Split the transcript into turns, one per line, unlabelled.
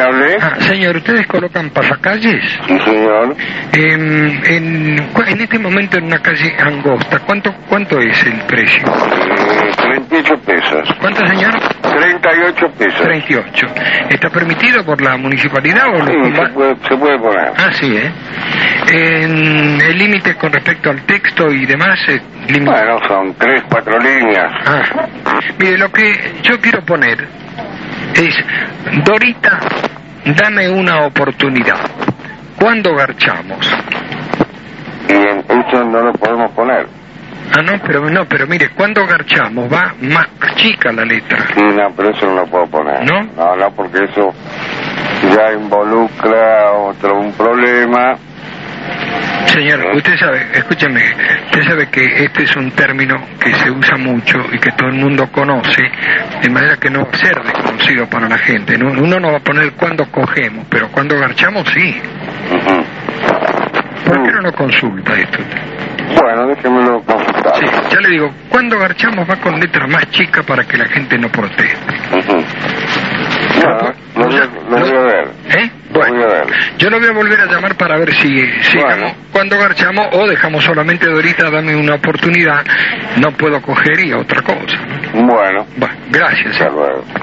hable?
Ah, señor, ¿ustedes colocan pasacalles?
Sí, señor.
Em, en, cu- en este momento en una calle angosta, ¿cuánto cuánto es el precio?
Eh, 38 pesos.
¿Cuánto, señor?
38 pesos.
38. ¿Está permitido por la municipalidad o lo
Sí, se
comba-
puede, se puede poner.
Ah, sí, ¿eh? En el límite con respecto al texto y demás, eh, límite-
Bueno, son 3, 4 líneas.
Ah. Mire, lo que yo quiero poner es, Dorita, dame una oportunidad. ¿Cuándo garchamos?
Y en esto no lo podemos poner.
Ah, no, pero no, pero mire, ¿cuándo garchamos? Va más chica la letra.
Sí, no, pero eso no lo puedo poner.
¿No?
No, no, porque eso ya involucra otro un problema.
Señor, usted sabe, escúcheme, usted sabe que este es un término que se usa mucho y que todo el mundo conoce, de manera que no va a ser desconocido para la gente. ¿no? Uno no va a poner cuándo cogemos, pero cuándo garchamos sí.
Ujú.
¿Por qué no lo consulta esto?
Mm. Bueno, déjemelo consultar.
Sí, ya le digo, cuando garchamos va con letra más chica para que la gente no proteste.
Ujú. Bueno, lo, voy a- lo voy a ver.
¿Eh?
Lo voy a
Bueno,
ver.
yo lo voy a volver a llamar para ver si, si
Bueno.
dejamos- cuando garchamos o dejamos solamente Dorita, dame una oportunidad, no puedo coger y otra cosa.
Bueno,
Bueno, gracias.
hasta
¿eh?
luego.